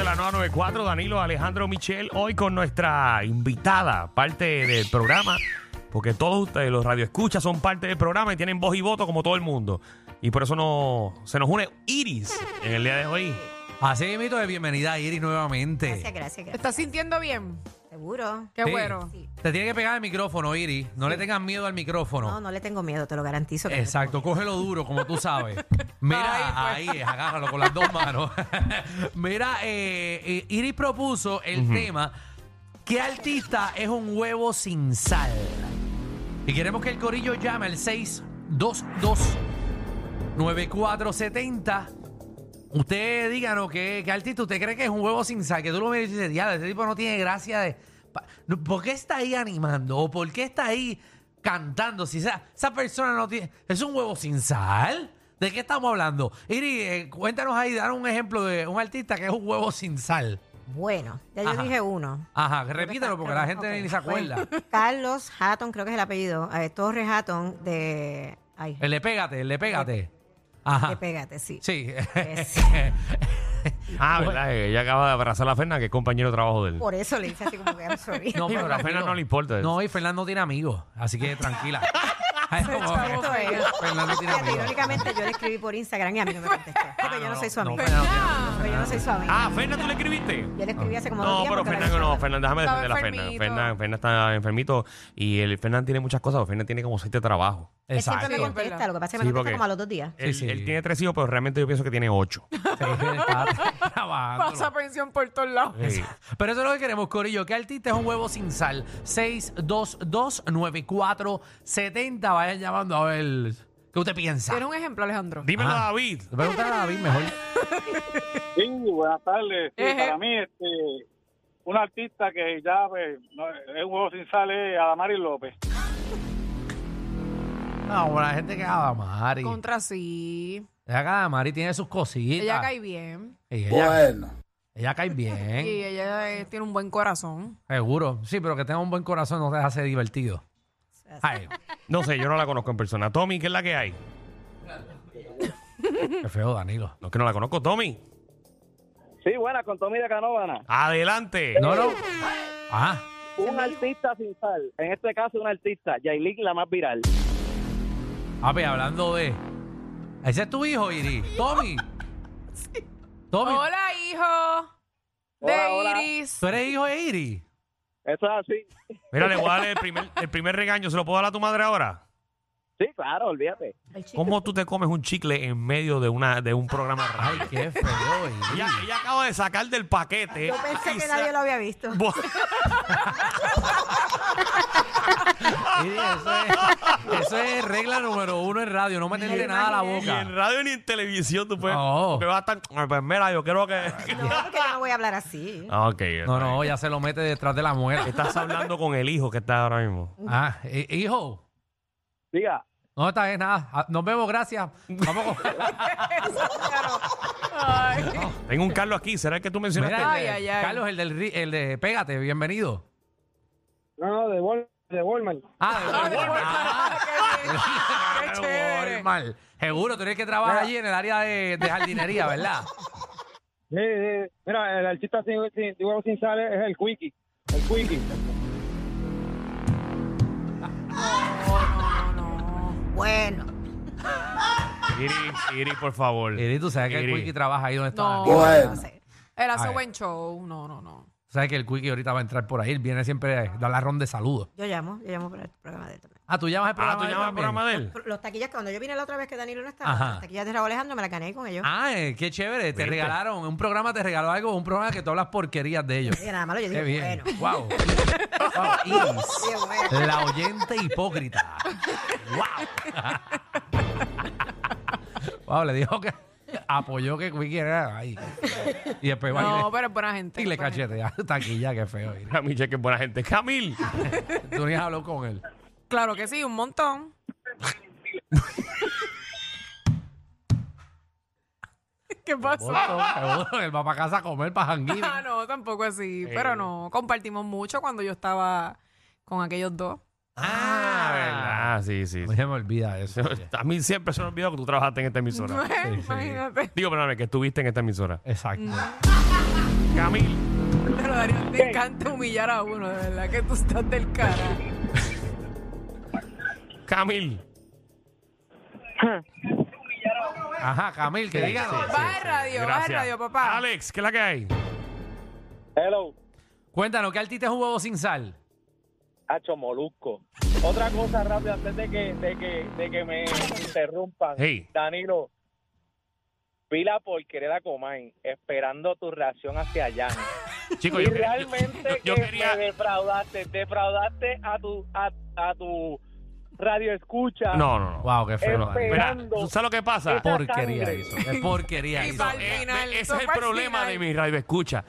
994, Danilo Alejandro Michel, hoy con nuestra invitada, parte del programa, porque todos ustedes, los radioescuchas, son parte del programa y tienen voz y voto como todo el mundo. Y por eso no, se nos une Iris en el día de hoy. Así mito de bienvenida, Iris, nuevamente. Gracias, gracias, ¿Te gracias. estás sintiendo bien? Seguro. Qué Sí. bueno. Sí. Te tiene que pegar el micrófono, Iris. No le tengas miedo al micrófono. No, no le tengo miedo, te lo garantizo. que no le Exacto, cógelo duro, como tú sabes. Mira, ahí, Ahí pues. es, agárralo con las dos manos. Mira, eh, eh, Iris propuso el tema: ¿Qué artista es un huevo sin sal? Y queremos que el Corillo llame al 622-9470. Usted díganos qué, qué artista usted cree que es un huevo sin sal. Que tú lo ves y dices, ya, este tipo no tiene gracia de. pa- no, ¿Por qué está ahí animando? ¿O por qué está ahí cantando? Si esa, esa persona no tiene. ¿Es un huevo sin sal? ¿De qué estamos hablando? Iri, eh, cuéntanos ahí, dar un ejemplo de un artista que es un huevo sin sal. tengo. Bueno, ya Ajá. yo dije uno. Ajá, repítelo porque la gente Ok. ni se acuerda. Carlos Hatton, creo que es el apellido. eh, Torres Hatton de. Ay, El Eh, le pégate, el le pégate. Ajá. de Pégate, sí. Sí. Es- Ah, ¿verdad? Ella acaba de abrazar a Fernan, que es compañero de trabajo de él. Por eso le hice así como que I'm sorry. Sí, pero a tranquilo. Fernan no le importa eso. No, y Fernando tiene amigos, así que tranquila. Esto es. Fernando tiene Fíjate, amigos. Ah, Irónicamente, yo le escribí por Instagram y a mí no me contestó. Porque yo no, soy su amiga. Fernando tiene amigos. Ah, Porque yo no soy su amiga. Ah, Fernan, ¿tú le escribiste? Yo le escribí hace como dos No, días. pero porque la Fernando no, persona- Fernando, déjame Estaba defender a Fernan. enfermito. Fernan. Fernan está enfermito y el Fernan tiene muchas cosas, pero Fernan tiene como siete trabajos. Él siempre me Sí, es contesta, verdad. lo que pasa Sí, es que me porque- contesta como a los dos días. Él, sí. él tiene tres hijos, pero realmente yo pienso que tiene ocho. Está grabándolo. Pasa pensión por todos lados. Sí. Pero eso es lo que queremos, Corillo. ¿Qué artista es un huevo sin sal? 622-9470. Vayan llamando a ver. ¿Qué usted piensa? ¿Tiene un ejemplo, Alejandro? Dímelo, Ajá. David. Pregúntale a David mejor. Sí, buenas tardes. Sí, Ejé. para mí, este, un artista que ya pues, no, es un huevo sin sal es Adamari López. No, bueno, la gente que haga Mari. Contra sí. Ella Mari tiene sus cositas. Ella cae bien. Y ella, Bueno. ella cae Y bien. ella eh, tiene un buen corazón. Seguro. Sí, pero que tenga un buen corazón no te hace divertido. Ay, No sé, yo no la conozco en persona. Tommy, ¿qué es la que hay? qué feo, Danilo. No, que no la conozco, Tommy. Sí, buena, con Tommy de Canóvana. Adelante. No, no. Ah. Un artista sin sal. En este caso, un artista. Yailin, la más viral. Papi, hablando de. Ese es tu hijo, Iri. Tommy. Tommy. Hola, hijo. De Hola, hola. Iris. ¿Tú eres hijo de Iri? Eso es así. Mira, le voy a dar el primer, el primer regaño. ¿Se lo puedo dar a tu madre ahora? Sí, claro, olvídate. El chico- ¿Cómo tú te comes un chicle en medio de, una, de un programa de radio? Ay, qué feo, Iri. Ella, ella acaba de sacar del paquete. Yo pensé que Quizá- nadie lo había visto. Bu- Iri, eso es, eso es regla número uno en radio. No meterle nada a la Ni en boca. radio ni en televisión tú puedes. No. Te vas a estar. Ay, Pues mira, yo creo que. No, porque yo no voy a hablar así. Ah, ok. No, no, ya se lo mete detrás de la muerte. Estás hablando con el hijo que está ahora mismo. Ah, hi- hijo. Diga. No, está bien, nada. Ah, Nos vemos, gracias. Vamos con- Ay. Tengo un Carlos aquí. ¿Será el que tú mencionaste? Mira, Ay, el de- ay, ay. Carlos, el, del, ri- el de Pégate, bienvenido. No, no, de, de Ah, Ay, de Walmart. Ah, qué bien. Qué chévere. Walmart. Seguro, tú tienes que trabajar allí en el área de, de jardinería, ¿verdad? Mira, el artista sin, huevo sin sal es el Quickie. El Quickie. No, no, no. Bueno, Iris, Iris, por favor. Iri, tú sabes que Iri. el Quickie trabaja ahí donde está. No. Danilo. no sé. Él hace Ay. buen show. No, no, no. Sabes que el Quickie ahorita va a entrar por ahí. Él viene siempre a dar la ronda de saludos. Yo llamo, yo llamo para el programa de él también. Ah, tú llamas al programa. Ah, tú de él llamas al también? programa de él. Pero Los taquillas, que cuando yo vine la otra vez que Danilo no estaba, Ajá. las taquillas de Raúl Alejandro me las gané con ellos. Ah, eh, qué chévere. Te Viste. regalaron. Un programa te regaló algo. Un programa que tú hablas porquerías de ellos. Y nada malo, yo qué dije, bien. bueno. Wow. Wow, Iris, Qué bueno. la oyente hipócrita. Wow. wow, le dijo que apoyó que Quickie era ahí. Y después va y No, le- pero es buena gente. y le buena gente. cachetea. Taquilla, qué feo. Iris. Camil, que es buena gente. Camil. Tú ni has hablado con él. Claro que sí, un montón. ¿Qué pasó? Seguro, Él va para casa a comer para janguir. Ah, no, tampoco así. Eh, Pero no, compartimos mucho cuando yo estaba con aquellos dos. Ah, verdad. Sí, sí. A mí se me olvida eso. oye. A mí siempre se me olvidó que tú trabajaste en esta emisora. Imagínate. Digo, perdóname, que estuviste en esta emisora. Exacto. Camil. Pero Darío, te encanta humillar a uno, de verdad que tú estás del cara. Camil. Ajá, Camil, que diga. Va de radio, va de Gracias. radio, papá. Alex, ¿qué es la que hay? Hello, Cuéntanos, ¿qué artista es un huevo sin sal? Hacho Molusco. Otra cosa rápida antes de que, de que, de que me interrumpan. Hey. Danilo, pila por querer a Comay, esperando tu reacción hacia allá. Chico, Y yo, quería- yo- realmente yo- yo que quería. me defraudaste, defraudaste a tu, a, a tu radio escucha. No, no, no. Wow, qué feo. Espe- Darío. Mira, Esperando. ¿tú ¿sabes lo que pasa? Esa Porquería sangre. hizo. Es porquería Y hizo. pal- Eh, final, ve, ese eso es el fue al problema final. de mi radio escucha.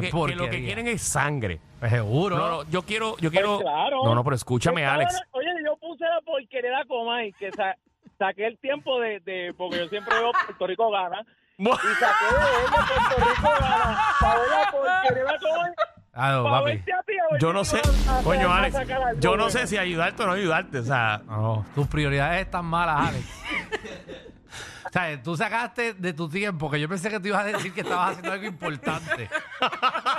que, que lo que porquería. quieren es sangre. Pues Seguro. No, no, yo quiero, yo quiero. Pues claro. Pues No, no, pero escúchame, Estaba- Alex. Oye, yo puse la porquería a Comay, que sa- saqué el tiempo de, de- porque yo siempre veo Puerto Rico gana. Y saqué de él de Puerto Rico gana. Para ver la porquería a Comay. Ah, no, pa' papi. verte a ti, a ver Yo si no tú sé, vas a- vas coño, a Alex. sacar algo, Yo no güey. sé si ayudarte o no ayudarte. O sea, No, tus prioridades están malas, Alex. O sea, tú sacaste de tu tiempo, que yo pensé que te ibas a decir que estabas haciendo algo importante.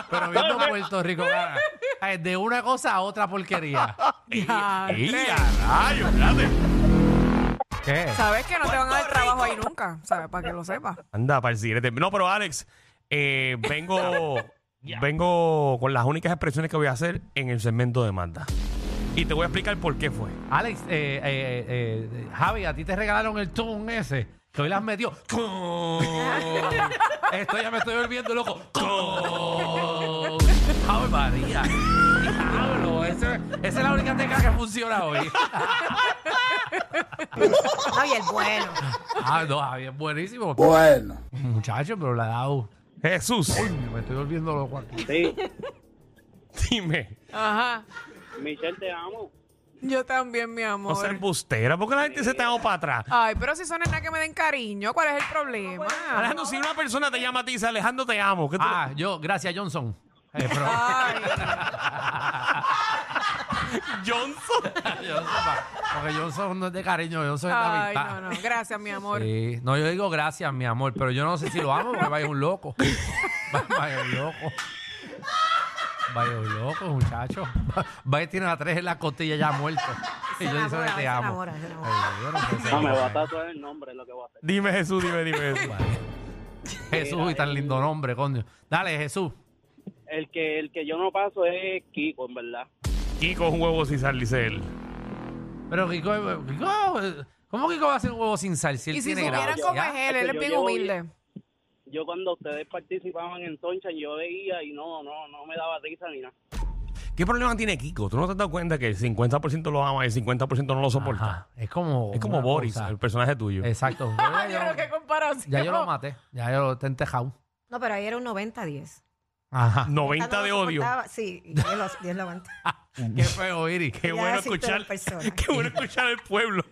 Pero viendo Puerto Rico, gana. Ay, de una cosa a otra porquería. Ya, ¡ey, tres. a rayos! Espérate. ¿Qué? Sabes que no te van a dar trabajo ahí nunca, ¿sabes? Para que lo sepas. Anda, para el siguiente. No, pero Alex, eh, vengo, vengo con las únicas expresiones que voy a hacer en el segmento de Manda. Y te voy a explicar por qué fue. Alex, eh, eh, eh, eh, Javi, a ti te regalaron el tune ese, que hoy las metió. Esto ya me estoy volviendo loco. Javi María. Diablo, ese- esa es la única teca que funciona hoy. Ay, el bueno. Ah, no, Javi, es buenísimo. Bueno. Muchacho, pero la ha dado. Jesús, Coño, Me estoy volviendo loco aquí. Sí, dime. Ajá. Michelle, te amo. Yo también, mi No amor. seas embustera, porque la gente se te va para atrás. Ah. Ay, pero si son en la que me den cariño, ¿cuál es el problema? Alejandro, si una persona te llama a ti y dice, Alejandro, te amo. ¿qué tú- Ah, yo, gracias, Johnson. Eh, pero- Ah. Ay, Johnson. Johnson, pa- porque Johnson no es de cariño, Johnson es de ay, amistad. no, no. Gracias, mi amor. Sí. No, yo digo gracias, mi amor, pero yo no sé si lo amo porque vaya un loco. Va- Vaya un loco. Vaya un loco, muchacho. Va- Vaya tiene a tres en la costilla ya muerto. Y Se yo dice enamora, te se amo. enamora, se enamora. Ay, yo no sé si- No, me voy a tatuar el nombre, es lo que voy a hacer. Dime, Jesús, dime, dime, Jesús. Vale. Jesús, y tan lindo nombre, coño. Dale, Jesús. El que, el que yo no paso es Kiko, en verdad. Kiko es un huevo sin sal, dice él. Pero Kiko, Kiko, eh, ¿cómo Kiko va a hacer un huevo sin sal si él Y si tiene supieran gracia? cómo es él, él es Yo bien llevo humilde. Yo cuando ustedes participaban en Soncha, yo veía y no, no, no me daba risa ni nada. ¿Qué problema tiene Kiko? ¿Tú no te has dado cuenta que el 50% lo ama y el 50% no lo soporta? Ajá. Es como Es como una Boris, cosa. el personaje tuyo. Exacto. Ay, ya, yo yo lo que comparación. lo, ya yo lo maté. Ya yo lo te he entejado. No, pero ahí era un 90-10. Ajá. 90 de Cada uno odio. soportaba- Sí, y 10 lo, 10 lo aguanta. Qué feo, Iris. Qué Ya bueno existe la escuchar. persona. Qué bueno escuchar el pueblo.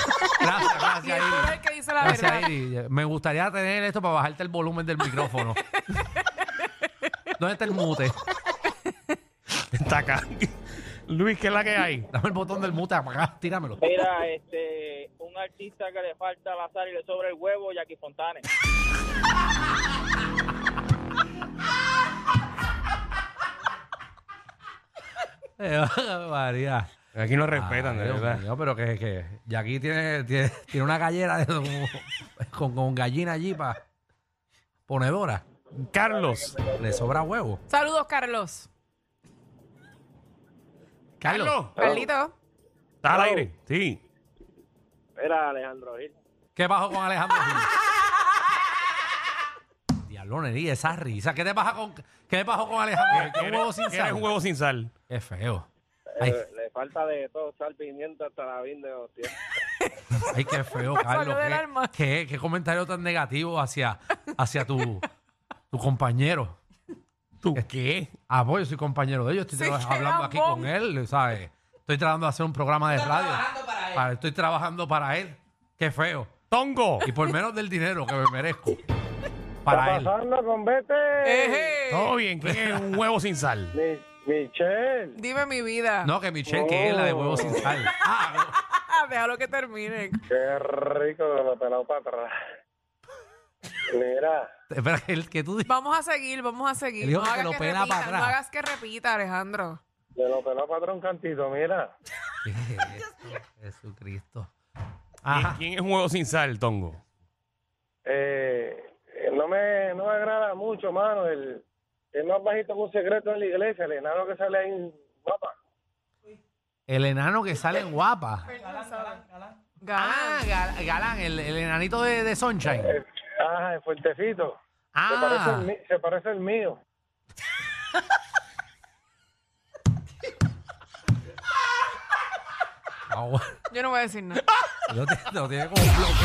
Gracias, Y él gracias, es Iris. el que dice la verdad. Gracias, Iris. Me gustaría tener esto para bajarte el volumen del micrófono. ¿Dónde está el mute? Está acá. Luis, ¿qué es la que hay? Dame el botón del mute para acá, tíramelo. Mira, este, un artista que le falta la sal y le sobra el huevo, Jackie Fontane. Eh, María. Aquí no respetan, Ay, de Ah, Dios verdad. mío, pero que, que y aquí tiene, tiene, tiene una gallera de- con, con gallina allí para ponedora. Carlos. Le sobra huevo. Saludos, Carlos. Carlos. Carlito. Está al aire. Sí. Mira, Alejandro Gil. ¿Qué pasó con Alejandro Gil? Diablo, Neri, esa risa. ¿Qué te pasa con, qué te pasó con Alejandro Gil? ¿Qué ¿Quieres- huevo sin quieres sal? un huevo sin sal. Qué feo. Ay, Le falta de todo, sal, pimienta, hasta la vin de hostia. ay, qué feo, Me Carlos. salió del Qué, alma. qué- qué comentario tan negativo hacia, hacia tu, tu compañero. ¿Tú qué? Ah, pues yo soy compañero de ellos. Estoy Sí, tra- qué hablando aquí lambón. con él, ¿sabes? Estoy tratando de hacer un programa de radio. Ah, Estoy trabajando para él. Qué feo. Tongo. Y por menos del dinero que me merezco. Para él. pasando con Vete? Eje. Todo bien. ¿Qué es un huevo sin sal? Mi- Michelle. Dime mi vida. No, que Michelle, que es la de huevo sin sal. Oh. Ah, no. Déjalo que termine. Qué rico de lo pelado para atrás. Mira, Espera, que, el que tú digas. Vamos a seguir, vamos a seguir. El hijo No que hagas lo que pela repita, para no atrás. hagas que repita, Alejandro. Se lo peló patrón cantito, mira. ¿Qué es esto? Jesucristo. ¿Quién, Ajá. quién es un huevo sin sal, Tongo? Eh, eh, no, me, no me agrada mucho, mano. El, el más bajito que un secreto en la iglesia, el enano que sale ahí, guapa. El enano que sale en guapa. Ah, Galán. Gal- Galán, el, el enanito de, de Sunshine. Ajá, el fuertecito. Se, Eh, parece Ah, al mi- se parece al mío. Ah, bueno. Yo no voy a decir nada. Lo tiene- lo tiene como un bloque.